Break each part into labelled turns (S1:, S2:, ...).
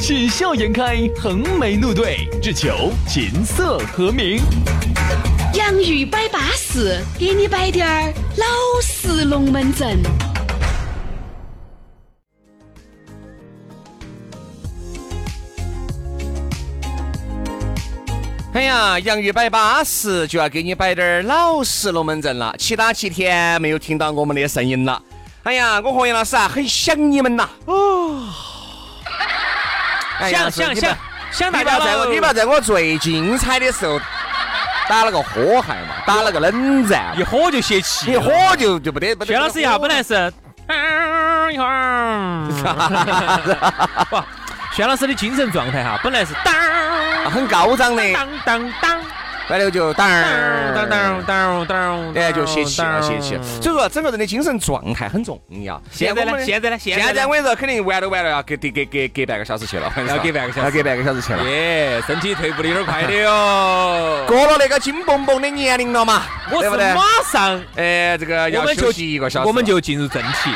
S1: 喜笑颜开，横眉怒对，只求琴瑟和鸣。
S2: 洋芋摆巴士，给你摆点儿老式龙门阵。
S3: 哎呀，洋芋摆巴适，就要给你摆点儿老实龙门阵了。其他几天没有听到我们的声音了。哎呀，我和杨老师啊，很想你们呐。哦，
S4: 想
S3: 哎杨老师
S4: 想想想大
S3: 你不要你不要
S4: 家
S3: 在我，
S4: 喽
S3: 你不要在我最精彩的时候打了个火害嘛，打了个冷战
S4: 一，喝就泄气。
S3: 一火就就不得不得。
S4: 薛老师一下本来是，嗯一会 儿，不薛老师的精神状态哈，本来是当
S3: 啊很高涨的，
S4: 当当当
S3: 完了就当
S4: 当当当当，
S3: 哎，就泄气了，泄气了。所以说，整个人的精神状态很重要。
S4: 现在
S3: 我
S4: 呢？
S3: 们
S4: 现在呢？
S3: 现在我
S4: 我
S3: 跟你说，肯定玩都玩了，要隔隔隔隔隔半个小时去了，
S4: 要隔半个小时
S3: 要隔半个小时去了。
S5: 耶，身体退步的有点快的 哟。
S3: 过了那个金蹦蹦的年龄了嘛，
S4: 我
S3: 哦对
S4: 是
S3: 不对
S4: 马？上。
S3: 哎，这个
S4: 我
S3: 要
S4: 们
S3: 休
S4: 就
S3: 息一个小时了，
S4: 我们就进入正题。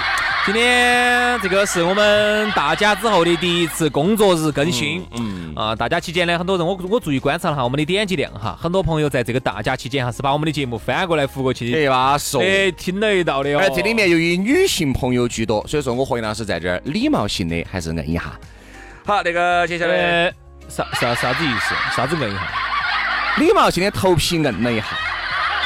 S4: 今天这个是我们大家之后的第一次工作日更新，嗯啊，大家期间呢，很多人我我注意观察了哈，我们的点击量哈，很多朋友在这个大家期间哈是把我们的节目翻过来覆过去的，
S3: 哎吧说。
S4: 哎，听了一道的哦。
S3: 而这里面由于女性朋友居多，所以说我和杨老师在这儿礼貌性的还是摁一下。好，那个接下来
S4: 呃啥啥啥子意思？啥子摁一下？
S3: 礼貌性的头皮摁了一下，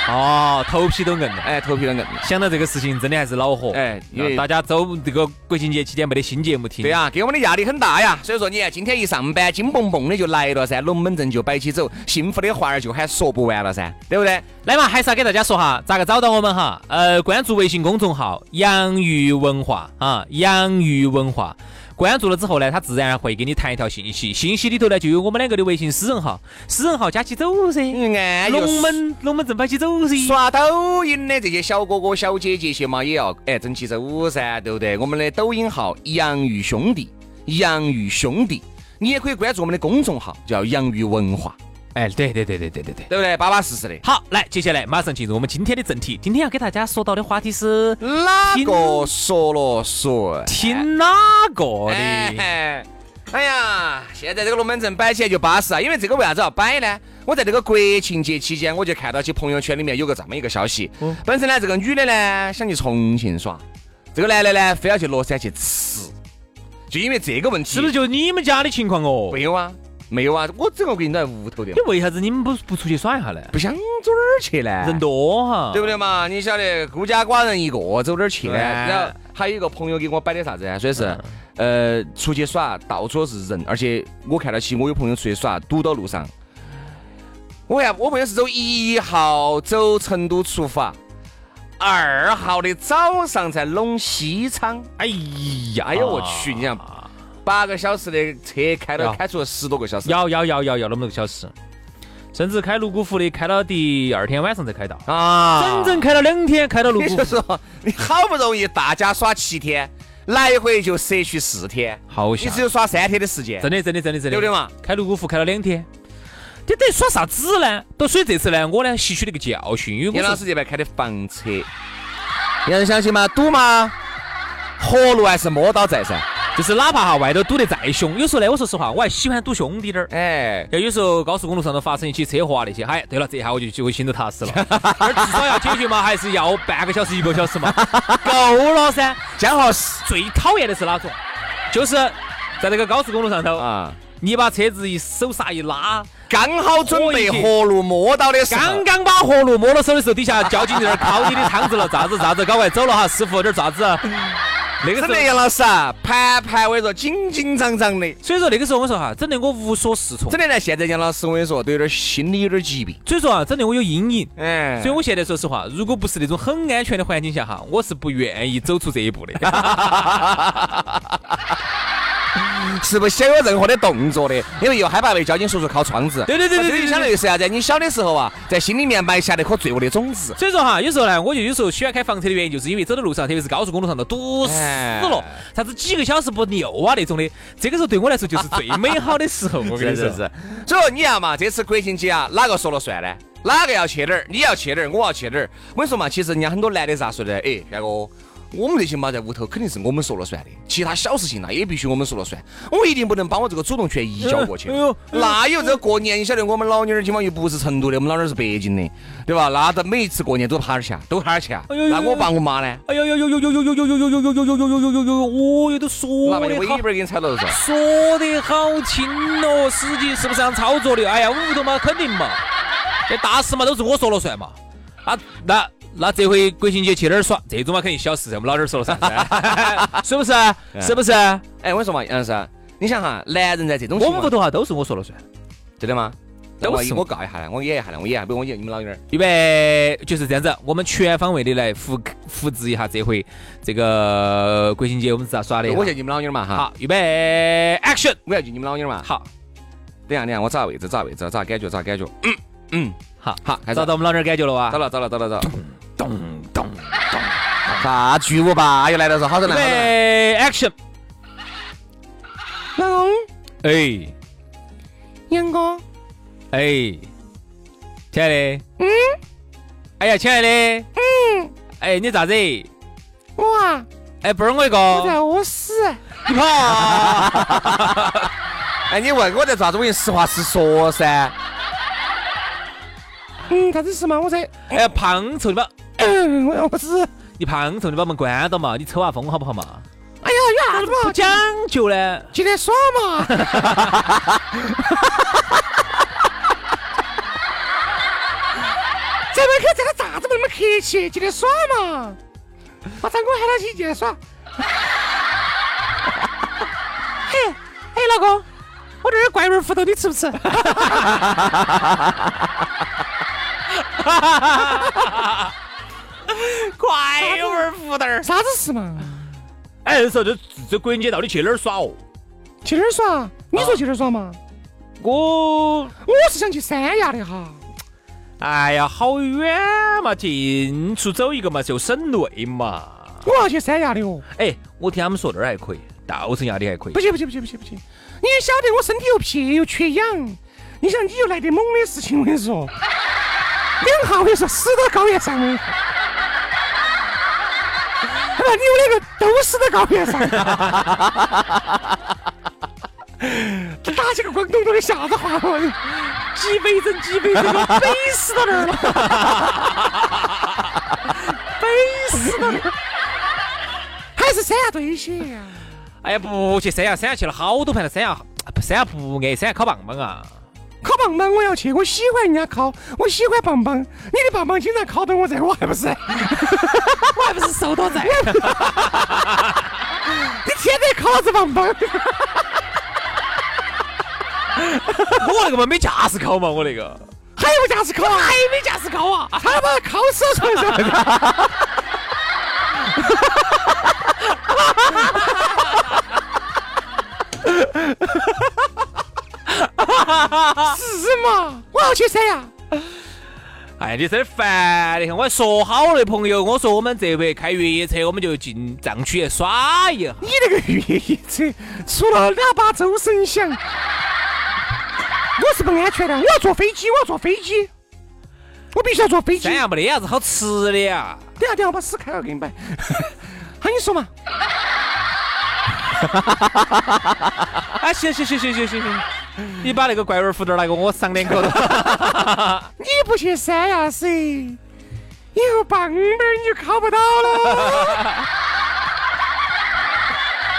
S4: 哦，头皮都摁了。
S3: 哎，头皮都摁了。
S4: 想到这个事情，真的还是恼火。
S3: 哎因
S4: 那
S3: 为
S4: 大家周这个国庆节期间没得新节目听。
S3: 对呀、给我们的压力很大呀。所以说，你看今天一上班，金蹦蹦的就来了噻，龙门阵就摆起走，幸福的话儿就喊说不完了噻，对不对？
S4: 来嘛，还是要给大家说哈，咋个找到我们哈？呃，关注微信公众号“洋芋文化”啊，“洋芋文化”。关注了之后呢，他自然会给你弹一条信息，信息里头呢就有我们两个的微信私人号，私人号加起走噻，
S3: 嗯，哎，有
S4: 龙门龙门阵摆起走噻。
S3: 刷抖音的这些小哥哥小姐姐些嘛，也要哎整起走噻，对不对？我们的抖音号“洋芋兄弟”，洋芋兄弟，你也可以关注我们的公众号，叫“洋芋文化
S4: 哎，对对对对对对对”，。
S3: 对不对？巴巴适适的。
S4: 好，来，接下来马上进入我们今天的正题。今天要给大家说到的话题是
S3: 哪
S4: 听
S3: 个说了算？
S4: 听哪个的？
S3: 哎哎呀，现在这个龙门阵摆起来就巴适啊，因为这个为啥子要摆呢？我在这个国庆节期间，我就看到起朋友圈里面有个这么一个消息，
S4: 嗯
S3: 本身呢这个女的呢想去重庆耍，这个男的呢非要去乐山去吃，就因为这个问题，
S4: 是不是就你们家的情况哦？
S3: 没有啊？没有啊，我整个个人都在屋头的
S4: 你
S3: 嘛，
S4: 为啥子你们不不出去耍一下呢？
S3: 不想走哪儿去呢？
S4: 人多哈，
S3: 对不对嘛？你晓得孤家寡人一个，走哪儿去呢？
S4: 啊对
S3: 然后还有一个朋友给我摆的啥子呢？所以是，呃，出去耍到处都是人，而且我看到起我有朋友出去耍，堵到路上。我呀，我朋友是走一号走成都出发，二号的早上才拢西昌，
S4: 哎呀，
S3: 哎呦我去你想八个小时的车开了
S4: 要
S3: 开出了十多个小时。
S4: 要要要要要那么多个小时，甚至开泸沽湖的开到第二天晚上才开到，
S3: 啊
S4: 整整开了两天，开到泸
S3: 你
S4: 沽湖，
S3: 就说你好不容易大家耍七天，来回就舍去四天，
S4: 好
S3: 你
S4: 吓
S3: 只有耍三天的时间。
S4: 真的真的真的真的，
S3: 对不对嘛？
S4: 开泸沽湖开了两天，这等于耍啥子呢？都所以这次呢，我呢吸取了一个教训，因为
S3: 杨
S4: 我
S3: 老
S4: 是
S3: 师这边开的房车，杨人相信吗？堵吗？活路还是摸到在噻。
S4: 就是哪怕哈外头堵得再凶，有时候呢，我说实话，我还喜欢堵凶滴点儿。
S3: 哎，
S4: 要有时候高速公路上头发生一起车祸啊那些，哎，对了，这一下我就就会心头踏实了。而至少要解决嘛，还是要半个小时一个小时嘛，够了噻。
S3: 江浩是
S4: 最讨厌的是哪种？就是在那个高速公路上头，
S3: 啊，
S4: 你把车子一手刹一拉，
S3: 刚好准备
S4: 豁一些
S3: 活路摸到的时候
S4: 刚，刚把活路摸到手的时候，底下交警在那儿敲你的汤子了，咋子咋子，赶快走了哈，师傅，这儿咋子？啊那个
S3: 真
S4: 时
S3: 的
S4: 候，
S3: 杨老师啊，盘盘围着紧紧张张的。
S4: 所以说那个时候我说哈，整得我无所适从
S3: 真，的呢，现在杨老师我跟你说，都有点心里有点疾病。
S4: 所以说啊，整得我有阴影。
S3: 哎
S4: 所以，我现在说实话，如果不是那种很安全的环境下哈，我是不愿意走出这一步的。
S3: 是不想有任何的动作的，因为又害怕被交警叔叔敲窗子。
S4: 对对对对对
S3: 这
S4: 对
S3: 就相当于是啥子？你小的时候啊，在心里面埋下那颗罪恶的种子。
S4: 所以说哈，有时候呢，我就有时候喜欢开房车的原因，就是因为走到路上，特别是高速公路上头堵死了，啥子几个小时不溜啊那种的，这个时候对我来说就是最美好的时候。我跟你说，
S3: 是。所以说你看嘛，这次国庆节啊，哪个说了算呢？哪个要去哪儿？你要去哪儿，我要去哪儿。我跟你说嘛，其实人家很多男的咋说的？哎，轩哥，我们这些嘛在屋头肯定是我们说了算的，其他小事情呢也必须我们说了算。我一定不能把我这个主动权移交过去。
S4: 哎呦哎呦
S3: 那有这过年，你晓得我们老妞儿今晚又不是成都的，我们老妞儿是北京的，对吧？那这每一次过年都趴那儿去啊，都趴那儿去啊。
S4: 哎呦哎呦
S3: 那我爸我妈呢？
S4: 哎呦呦呦呦呦呦呦呦呦呦呦呦呦呦呦呦呦呦，我有都说
S3: 那把你
S4: 的
S3: 尾
S4: 好
S3: 巴。儿给你踩到了是吧？
S4: 说得好轻哦，实际是不是这样操作的？哎呀，屋头嘛，肯定嘛，这大事嘛都是我说了算嘛。那那那这回国庆节去哪儿耍？这种嘛肯定小事噻，我们老点儿说了算噻，是不是？是不是？
S3: 哎，我跟你说嘛，杨老师，你想哈，男人在这种情
S4: 我们
S3: 况
S4: 屋头哈都是我说了算。
S3: 真的吗？
S4: 都
S3: 我
S4: 是
S3: 我告一下来，我演一下来，我演一下，不我演你们老妞儿。
S4: 预备，就是这样子，我们全方位的来复复制一下这回这个国庆节我们是咋耍的。
S3: 我叫你们老妞儿嘛哈，
S4: 好，预备，action！
S3: 我要叫你们老妞儿嘛。
S4: 好，
S3: 等一下等一下，我找下位置，找下位置，找下感觉，找下感觉。嗯嗯，
S4: 好
S3: 好，开始
S4: 找到我们老点儿感觉了哇
S3: 找！了找了找了找。咚咚咚。啥巨无霸又来了是吧好着
S4: 预
S3: 呢。好着呢
S4: 备，action！
S3: 老公，
S4: 哎
S3: 杨哥，
S4: 哎，亲爱的，嗯，哎呀，亲爱的，嗯，哎，你咋子？
S6: 我啊，
S4: 哎，不是我一
S6: 我在
S4: 个，
S6: 屙屎。
S3: 你跑！哎，你问我在做啥子？我跟你实话实说噻。
S6: 嗯，啥子事嘛？我在，
S4: 哎，胖臭的把，
S6: 嗯，我在屙屎。
S4: 你胖臭的把门关到嘛，你抽下风好不好嘛？
S6: 哎呀，有啥子
S4: 不
S6: 嘛？
S4: 讲究 呢，
S6: 今天耍嘛？ 这门客这个咋子嘛？那么客气？今天耍嘛？马上我喊他去今天耍。 嘿，哎，老公，我这儿有怪味儿胡头，你吃不吃？
S4: 快味儿福袋儿。
S6: 啥子事嘛？
S4: 哎，说这这国庆节到底去哪儿耍哦？
S6: 去哪儿耍？你说去哪儿耍嘛？
S4: 我，
S6: 我是想去三亚的哈。
S4: 哎呀，好远嘛，近处走一个嘛，就省内嘛。
S6: 我要去三亚的哦。
S4: 哎，我听他们说那儿还可以，稻城亚里还可以
S6: 不。行不行不行不行不行！你也晓得我身体又撇又缺氧，你想你又来点猛的事情，我跟你说，两下我跟你说死到高原上，我跟你说，他把你我两个都死到高原上，这打起个广东都得吓得话我，几倍针几倍针，背死到那儿了，背死到那儿，还是三亚啊对些呀、
S4: 哎呀，不去三亚，三亚去了好多盘了，三亚三亚啊不爱，三亚烤棒棒啊。
S6: 烤棒棒我要去，我喜欢人家烤，我喜欢棒棒。你的棒棒经常烤到我这，我还不是， 我还不是瘦到 这。你天天烤着棒棒，
S4: 我那个嘛没驾驶烤嘛，我那个。
S6: 还有价值烤啊？还没价值烤啊？他把烤死床上。 是嘛？我要去啊三亚。
S4: 哎，你真的烦的很。我还说好了，朋友，我说我们这回开越野车，我们就进藏区去耍一下。
S6: 你那个越野车，除了喇叭周声响，我是不安全的。我要坐飞机，我要坐飞机，我必须要坐飞机。
S4: 三亚没得啥子好吃的啊呀。
S6: 等下等下，我把屎开了给你摆。 喊你说嘛，
S4: 啊，行行行行行行行，你把那个怪味儿胡豆儿拿给我我赏两口。
S6: 你不去三亚噻，以后棒棒你就考不到了。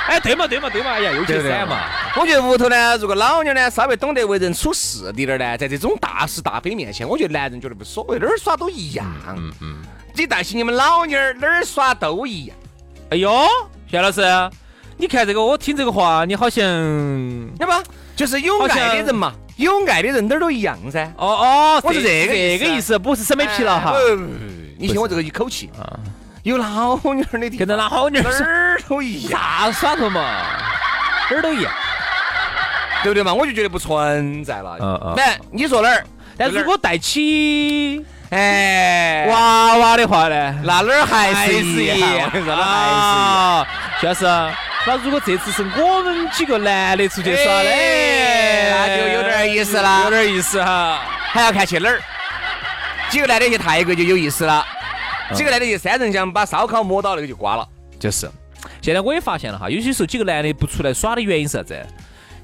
S4: 哎，对嘛对嘛对嘛，哎呀，又去三亚嘛。
S3: 我觉得屋头呢，如果老妞呢稍微懂得为人处事滴点儿呢，在这种大是大非面前，我觉得男人觉得无所谓，哪儿耍都一样。嗯嗯，你担心你们老妞儿哪儿耍都一样。
S4: 哎呦，薛老师，你看这个，我听这个话，你好像……
S3: 那么就是有
S4: 好像
S3: 爱的人嘛，有爱的人哪儿都一样�噻。
S4: 哦哦，
S3: 我是这个
S4: 这
S3: 意
S4: 个
S3: 思啊
S4: 意思，不是审美疲劳哈
S3: 哎。不不不不你听我这个一口气啊，有老妞儿的地方
S4: 跟着老妞儿
S3: 哪儿都一样。
S4: 大耍头嘛。儿都一样。
S3: 对不对嘛？我就觉得不存在了。
S4: 嗯嗯
S3: 那你说哪儿？
S4: 但如果带起
S3: 哎，哇，
S4: 娃娃的话呢，
S3: 那哪儿还
S4: 还
S3: 是
S4: 是
S3: 一
S4: 一
S3: 样？我跟你说，
S4: 样
S3: 哪儿
S4: 啊。就是，那如果这次是我们几个男的出去
S3: 还是一样？
S4: 耍的，
S3: 哎那就有点意思啦
S4: 有。点意思哈。
S3: 还要看去哪儿？几个男的去泰国就有意思了，几个男的去三人乡把烧烤摸到那个就瓜了。
S4: 就是，现在我也发现了哈，有些时候几个男的不出来耍的原因是啥子？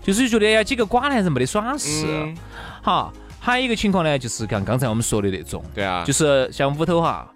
S4: 就是觉得呀，几个瓜男人没得耍事。
S3: 嗯
S4: 哈，还有一个情况呢，就是像刚才我们说的那种，
S3: 对啊
S4: 就
S3: 就是
S4: 是像屋头哈，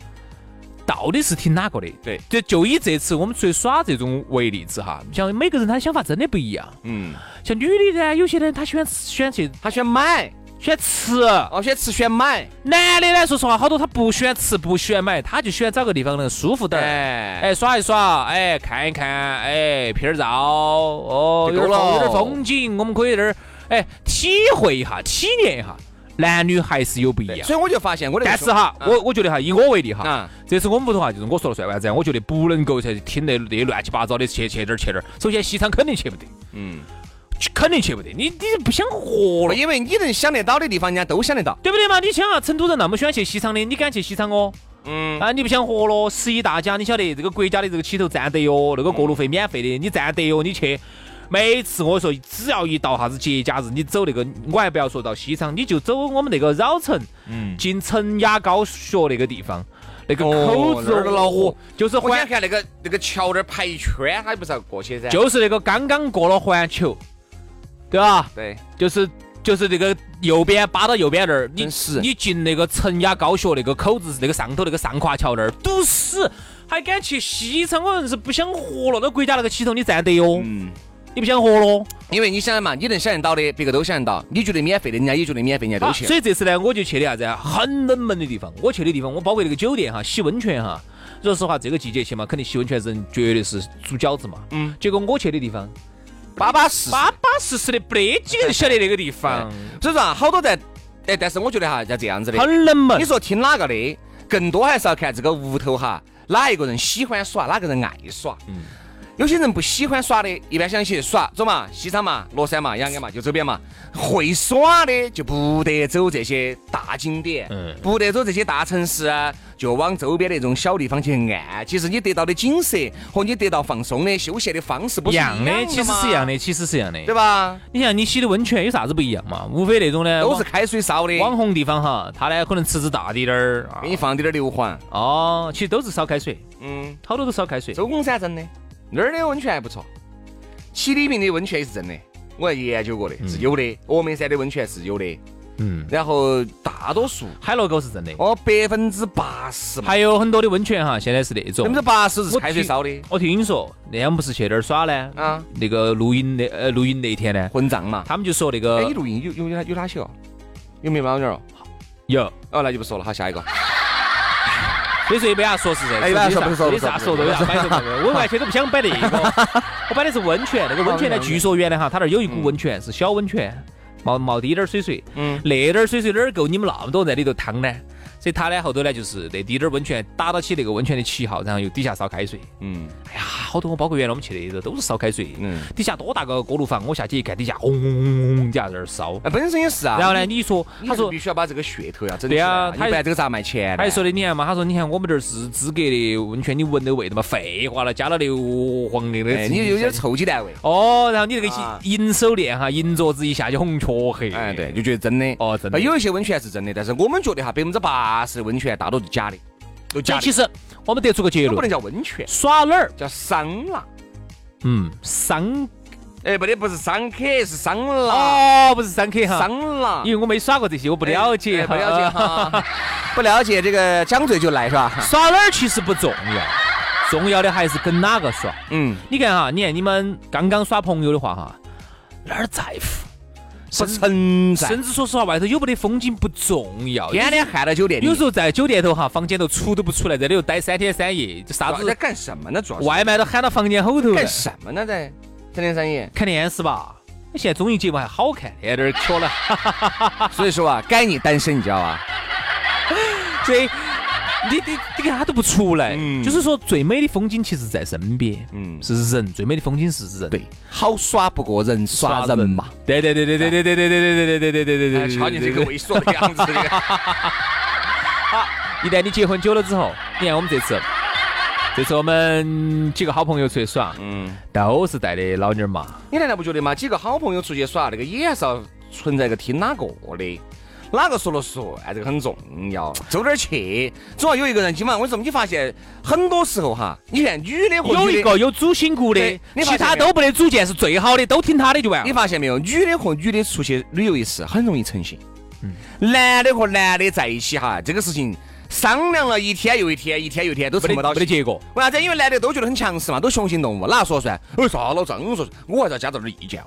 S4: 到底是听哪个的？
S3: 对
S4: 就就以这次我们出去耍这种为例子哈，像每个人他的想法真的不一样。
S3: 嗯，
S4: 像女的呢，有些人她喜欢喜欢去
S3: 他喜欢买，
S4: 喜欢吃；
S3: 哦，喜欢吃，喜欢买，
S4: 男的呢，说实话，好多他不喜欢吃，不喜欢买，他就喜欢找个地方能舒服点儿。
S3: 哎，
S4: 哎，耍一耍，哎，看一看，哎，拍点照，哦，
S3: 就
S4: 有点
S3: 够了
S4: 风有点风景，我们可以在这儿，哎，体会一下，体验一下，男女还是有不一样
S3: 所。以我就发现我的
S4: 哎但
S3: 那
S4: 是啊哈，
S3: 种嗯
S4: 我我觉得哈，以我为例哈
S3: 啊，
S4: 这次我们屋头哈，就是我说了算，为啥子呀？我觉得不能够去听那那乱七八糟的去去点儿去点儿。首先，西昌肯定去不得，
S3: 嗯，
S4: 去肯定去不得，你你不想活了，
S3: 因为你能想得到的地方，人家都想得到。
S4: 对不对嘛？你想啊，成都人那么喜欢去西昌的，你敢去西昌哦？
S3: 嗯，
S4: 啊，你不想活了？十一大家，你晓得这个国家的这个起头占得哟，那个过路费免费的，你占得哟，你
S3: 嗯
S4: 去。每次我说，只要一到啥子节假日，你走那个，我还不要说到西昌，你就走我们那个绕城，
S3: 嗯
S4: 进城雅高学那个地方，那个
S3: 哦
S4: 口子
S3: 那儿的恼火，
S4: 就是
S3: 我想
S4: 环，
S3: 看那个那个桥那儿排一圈，他也不是要过去噻。
S4: 就是那个刚刚过了环球，对吧？
S3: 对，
S4: 就是就是那个右边扒到右边那儿，你
S3: 真是
S4: 你进那个城雅高学那个口子那个上头那个上跨桥那儿堵死，还敢去西昌？我硬是不想活了。那国家那个系统你站得哟，
S3: 嗯，
S4: 你不想活喽？
S3: 因为你想嘛，你能想得到的，别个都想得到。你觉得免费的，人家也觉得免费，人家都
S4: 啊
S3: 去。
S4: 所以这次呢，我就去的啥子啊？很冷门的地方。我去的地方，我包括那个酒店哈，洗温泉哈。说实话，这个季节去嘛，肯定洗温泉人绝对是煮饺子嘛。
S3: 嗯。
S4: 结果我去的地方，
S3: 巴巴适适。
S4: 巴巴适适的，不得几个人晓得那个地方，
S3: 所以说啊，好多在，哎，但是我觉得哈，要这样子的，
S4: 很冷门
S3: 哎 你。说听哪个的，更多还是要看这个屋头哈，哪一个人喜欢耍，哪个人爱耍。
S4: 嗯
S3: 有些人不喜欢耍的，一般想去耍，走嘛，西昌嘛，乐山嘛，雅安嘛，就周边嘛。会耍的就不得走这些大景点，
S4: 嗯
S3: 不得走这些大城市啊，就往周边那种小地方去按。其实你得到的景色和你得到放松的休闲的方式不
S4: 一
S3: 是
S4: 样的，其实是一样
S3: 的
S4: 的，其实是一样的
S3: 嘛，。对吧？
S4: 你像你洗的温泉有啥子不一样嘛？无非那种呢，
S3: 都
S4: 网
S3: 是开水烧的，
S4: 网红地方哈，它呢可能池子大滴点儿啊
S3: 给。你放点儿硫磺，
S4: 哦，其实都是烧开水，
S3: 嗯。
S4: 好多都烧开水。
S3: 周公山真的，那儿的温泉还不错，七里坪的温泉也是真的，我还研究过的，是有的。峨眉山的温泉是有的，
S4: 嗯，
S3: 然后大多数
S4: 海螺沟是真的，
S3: 哦百分之八十嘛，
S4: 还有很多的温泉哈，现在是那
S3: 百
S4: 种
S3: 分之。八十是
S4: 我
S3: 开水
S4: 听
S3: 烧的
S4: 我听说那天我们不是去那儿耍呢，
S3: 啊，
S4: 那个露营那呃露营那一天呢，
S3: 混账嘛。
S4: 他们就说那
S3: 哎，
S4: 个
S3: 你录音有有有哪有哪些哦？有没有猫鸟哦？
S4: 有，
S3: 哦，那就不说了，好下 一个。
S4: 所以说也没啥说是噻，
S3: 哎没啥
S4: 说
S3: 说
S4: 的
S3: 不
S4: 是
S3: 说
S4: 说的是啥
S3: 不
S4: 说的
S3: 说
S4: 有 啥摆什么的，我完全都不想摆那个，我摆的是温泉，那个温泉呢，据说原来哈，它那儿有一股温泉是小温泉，冒冒滴点儿水水，
S3: 嗯，
S4: 那点儿水水哪儿够你们那么多人在里头汤呢？所以他呢后头呢就是那滴点儿温泉打到起那个温泉的旗号，然后又底下烧开水。
S3: 嗯
S4: 哎呀，好多包括原来我们去的那个都是烧开水，
S3: 嗯，
S4: 底下多大个锅炉房，我下去一看，底下轰轰轰轰底下在那儿烧。
S3: 那本身也是啊。
S4: 然后呢，，你说
S3: 你
S4: 他
S3: 还是
S4: 说
S3: 必须要把这个噱头要整出
S4: 对
S3: 来
S4: 啊
S3: 啊，你
S4: 他
S3: 不然这个咋卖钱？
S4: 他还说的，你看嘛，他说你看我们这儿是资格的温泉，你闻那味道嘛，废话了，加了硫磺的那，
S3: 哎，你有点。臭鸡蛋味。
S4: 哦，然后你那
S3: 啊
S4: 个银银手链哈，银镯子一下就红黢黑。
S3: 哎，对，就觉得真的。
S4: 哦真的
S3: 呃有一些温泉是真的，但是我们觉得哈，百分之八十的温泉大多是假的，都
S4: 所
S3: 假
S4: 以其
S3: 的。
S4: 实我们得出个结
S3: 都不能
S4: 论：
S3: 叫温泉，
S4: 耍哪儿？
S3: 叫桑拿。
S4: 嗯，桑
S3: 哎，不对，不是桑客，是桑拿。
S4: 哦，不是三 K 哈，
S3: 啊桑拿
S4: 因。为我没耍过这些，我不了解
S3: 哎
S4: 哈，
S3: 不了解哈，不了解这个张嘴就来是吧？
S4: 耍哪儿其实不重要，重要的还是跟哪个耍。
S3: 嗯，
S4: 你看哈，你看你们刚刚耍朋友的话哈，哪儿在乎？
S3: 不存在。
S4: 甚至说实话，外头有没得风景不重要。
S3: 天天喊到酒店里，
S4: 有时候在酒店头哈，房间头出都不出来，在里头待三天三夜，就啥
S3: 在
S4: 子
S3: 干什么呢？主要是
S4: 外卖都喊到房间后头来。
S3: 干，什么呢？在三天三夜
S4: 看电视吧。现在综艺节目还好看，有点缺了。
S3: 啊所以说啊，该你单身，你知道吧？
S4: 所以你你你看他都不出来，
S3: 嗯
S4: 就是说最美的风景其实在身边，
S3: 嗯
S4: 是人，最美的风景是人，
S3: 对，好耍不过人耍人嘛。哎
S4: 对对对对对对对对对对对对对对对对对，
S3: 瞧你这个猥琐的样子，
S4: 一旦你结婚久了之后，你看我们这次，这次我们几个好朋友出去耍，
S3: 嗯，
S4: 都是带的老妞儿嘛，
S3: 你难道不觉得吗？几个好朋友出去耍，那个也是要存在个听哪个的。哪个说了算，这个很重要，走哪儿去？总要有一个人，起码我跟你说，你发现很多时候哈，你看女的和
S4: 有
S3: 女
S4: 一
S3: 的
S4: 个有主心骨的
S3: 对，你发
S4: 其
S3: 现
S4: 他
S3: 没有
S4: 都没得主见，是最好的，都听他的就完
S3: 你
S4: 了。
S3: 发现没有，女的和女的出去旅游一次很容易成型，
S4: 嗯
S3: 男的和男的在一起哈，这个事情商量了一天又一天，一天又一天都成
S4: 没
S3: 不
S4: 得
S3: 到
S4: 没得
S3: 结。
S4: 结果，
S3: 为啥子？因为男的都觉得很强势嘛，都雄性动物，哪说算？哎，啥老张说，我还是要加点儿意见哦。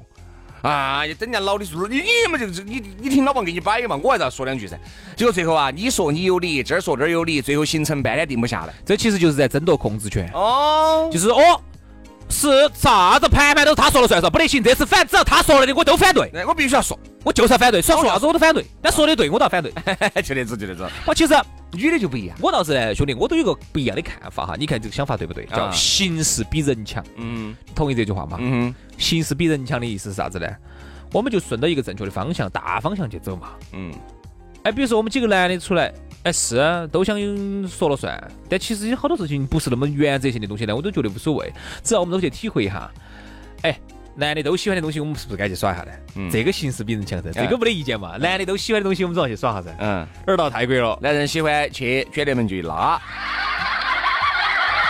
S3: 啊，等人家老李说，你你们这个你你听老王给你摆嘛，我还是要说两句噻。结果最后啊，你说你有理，这儿说这儿有理，最后形成半天定不下来。
S4: 这其实就是在争夺控制权，
S3: 哦，
S4: 就是哦，是啥子盘盘都是他说了算是吧，不得行，这次反只要他说了的我都反对，
S3: 那我必须要说，
S4: 我就是要反对，想说啥子我都反对，他说的对我倒反对。
S3: 就那种就那种，
S4: 我其实
S3: 女的就不一样。
S4: 我倒是呢，兄弟，我都有个不一样的看法哈，你看这个想法对不对？叫
S3: 啊
S4: 形势比人强，
S3: 嗯
S4: 同意这句话吗？
S3: 嗯
S4: 形势比人强的意思是啥子呢？我们就顺着一个正确的方向、大方向去走嘛。
S3: 嗯，
S4: 哎，比如说我们几个男的出来，哎是啊都想说了算，但其实有好多事情不是那么原则性的东西呢，我都觉得无所谓，只要我们都去体会一下。哎，男的都喜欢的东西，我们是不是该去耍一下呢？
S3: 嗯
S4: 这个形势比人强噻，这个
S3: 嗯
S4: 没得意见嘛。男的都喜欢的东西，我们总要去耍下噻。
S3: 嗯。
S4: 而哎到泰国了，
S3: 男人喜欢去卷帘门就一拉，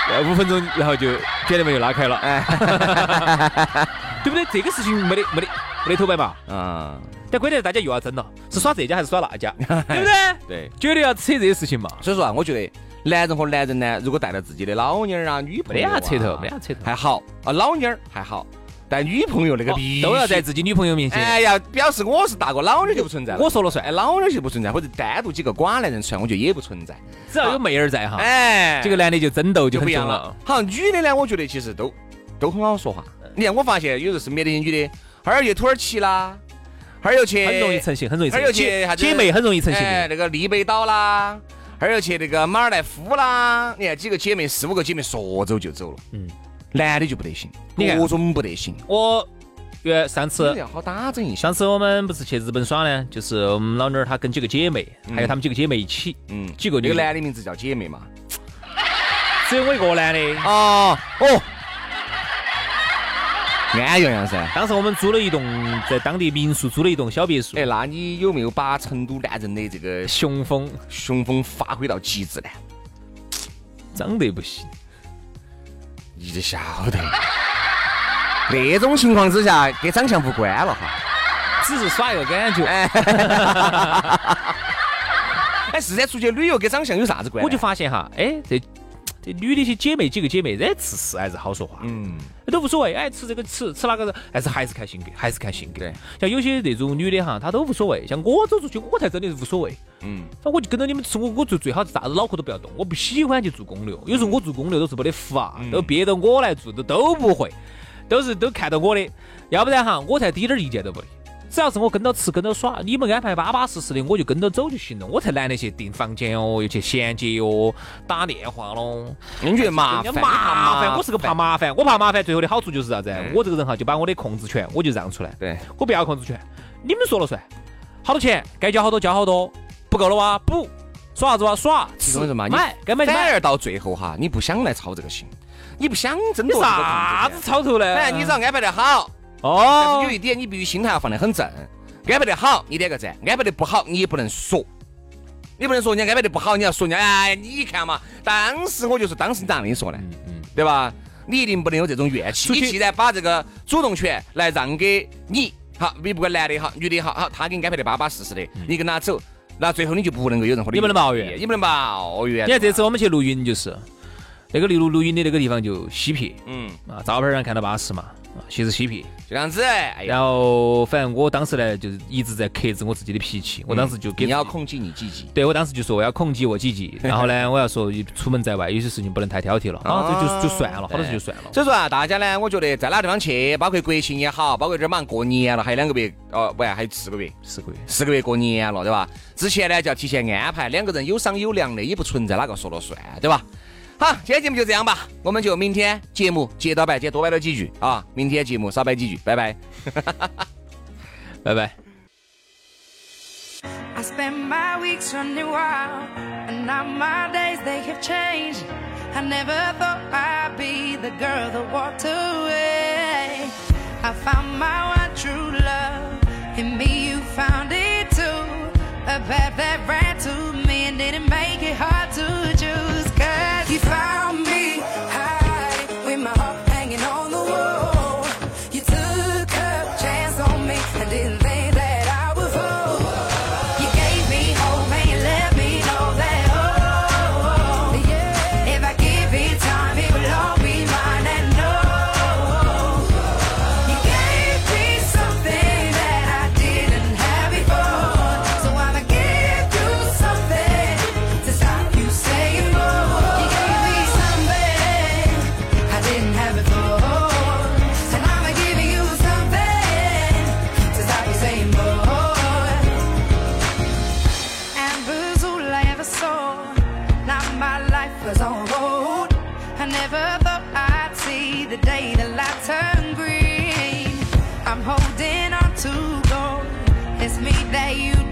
S4: 呃五分钟，然后就卷帘门又拉开了，哎， 对不对？这个事情没得没得没得头白嘛。
S3: 嗯，
S4: 但关键是大家又要争了，是耍这家还是耍那 家，对不对？
S3: 对。
S4: 绝对要扯这些事情嘛。
S3: 所以说啊，我觉得男人和男人呢，如果带了自己的老妞儿啊、女朋
S4: 没
S3: 友、啊，
S4: 啥扯头，没啥扯头，
S3: 还好啊，老妞儿还好，但女朋友那个
S4: 哦
S3: 必须
S4: 都要在自己女朋友面前。
S3: 哎呀，表示我是大哥，老妞儿就不存在了。
S4: 我说了算
S3: 哎，，老妞儿就不存在，或者单独几个寡男人出来，我觉得也不存在。
S4: 只要有妹儿在哈，
S3: 哎，
S4: 啊这个男的就争斗就
S3: 就
S4: 很
S3: 不一
S4: 重
S3: 样
S4: 了
S3: 了。。好像女的呢，我觉得其实都都很好说话。你看，我发现有时候身边的一些女的，哈儿去土耳其啦，哈儿又去，
S4: 很容易成型，很容易成
S3: 哎还有
S4: 型，
S3: 去
S4: 姐
S3: 啥子
S4: 姐妹很容易成型的。
S3: 哎，那个利贝岛啦，还有去那个马尔代夫啦，你看几个姐妹，四五个姐妹说走就走了。
S4: 嗯
S3: 嗯，男的就不得行，
S4: 你看啊
S3: 各种不得行，
S4: 我原上
S3: 真
S4: 次
S3: 的要好打整一下。
S4: 上次我们不是去日本耍呢，就是我们老妞儿她跟几个姐妹，还有她们几个姐妹一起，
S3: 嗯，
S4: 几个
S3: 那
S4: 女
S3: 个
S4: 的，
S3: 男的名字叫姐妹嘛？
S4: 只有我一个男的。
S3: 啊 哦，安洋洋噻。
S4: 当时我们租了一栋在当地民宿，租了一栋小别墅
S3: 哎，，那你有没有把成都男人的这个
S4: 雄风
S3: 雄风发挥到极致呢？
S4: 长得不行，
S3: 你就晓 得，那种情况之下跟长相无关了哈。
S4: 只是耍一个感觉。
S3: 哎，是噻，出去旅游跟长相有啥子关呢？啊
S4: 我就发现哈，哎，这这女的些姐妹几个姐妹，哎，吃是还是好说话，
S3: 嗯，
S4: 都无所谓，哎，吃这个吃吃那个，但是还是看性格，还是看性格。
S3: 对，
S4: 像有些那种女的哈，她都无所谓，像我走出去，我才真的是无所谓。
S3: 嗯，
S4: 那我就跟着你们吃，我我最最好是啥子脑壳都不要动，我不喜欢去做攻略，有时候我做攻略都是没得法，都憋到我来做，都都不会，都是都看到我的，要不然哈，我才滴点儿意见都没得。只要是我跟着吃，跟着耍，你们安排巴巴适适的，我就跟着走就行了，我才懒得去订房间哦，又去衔接哦，打电话喽。
S3: 你觉得麻烦？
S4: 麻烦，我嗯是个怕麻烦，我怕麻烦。最后的好处就是啥子？我这个人哈，就把我的控制权我就让出来，
S3: 对，
S4: 我不要控制权，你们说了算。好多钱该交好多交好多，不够了哇补，耍啥子哇耍，
S3: 其
S4: 吃
S3: 中是嘛，你
S4: 买该买就
S3: 反
S4: 买。
S3: 而到最后哈，你不想来操这个心，你不想争
S4: 你
S3: 夺这个
S4: 啥
S3: 控
S4: 子
S3: 制权。
S4: 操头呢？
S3: 反正你只要安排得好，但
S4: 哦
S3: 是有，一点你必须心态要放得很正。安排得好，你点个赞；安排得不好，你也不能说。你不能说人家安排得不好，你要说人家哎，你看嘛，当时我就是当时咋跟你说呢？
S4: 嗯
S3: 对吧？你一定不能有这种怨气。
S4: 出去
S3: 你既然把这个主动权来让给你，好，你不管男的也好，女的也好，好，他给你安排的巴巴适适的，
S4: 嗯
S3: 你跟他走，那最后你就不能够有任何的
S4: 你不能抱怨
S3: 你不能抱怨。
S4: 你看这次我们去露营就是，那个露露营的那个地方就西撇
S3: 嗯，
S4: 啊，照片上看到巴适嘛。其实嬉皮。
S3: 就这样子。哎呀，
S4: 然后反正我当时呢，就是一直在克制我自己的脾气，我当时就给
S3: 嗯你要
S4: 自己
S3: 控制你积极。
S4: 对我当时就说我要控制我几 级，然后呢，我要说出门在外有些事情不能太挑剔了，啊，这就就算了，好多事就算了。
S3: 所以说啊，大家呢，我觉得在哪个地方去，包括国庆也好，包括这儿马上过年了，还有两个月，哦，不，还有四个月，
S4: 四个月，
S3: 四个月过年了，对吧？之前呢就要提前安排，两个人有商有量的，也不存在哪个说了算，对吧？好，今天节目就这样吧，我们就明天节目接到摆，今天多摆了几句啊，明天节目少摆几句，拜拜。
S4: 拜拜。
S7: I spend my weeks running wild, and now my days they have changed. I never thought I'd be the girl that walked away. I found my one true love, in me you found it too. A path that ran to me and didn't make it hard to choose. Cause you found me high, with my heart hanging on the wall. You took a chance on me and didn't think that I would fall. You gave me hope and you let me know that oh, if I give it time, it will all be mine and no. You gave me something that I didn't have before, so I'ma give you something to stop you saying more. You gave me something I didn't have before, and I'ma give you something to stop you saying more and was all I ever saw. Now my life was on hold. I never thought I'd see the day the light turned green. I'm holding on to gold. It's me that you oh.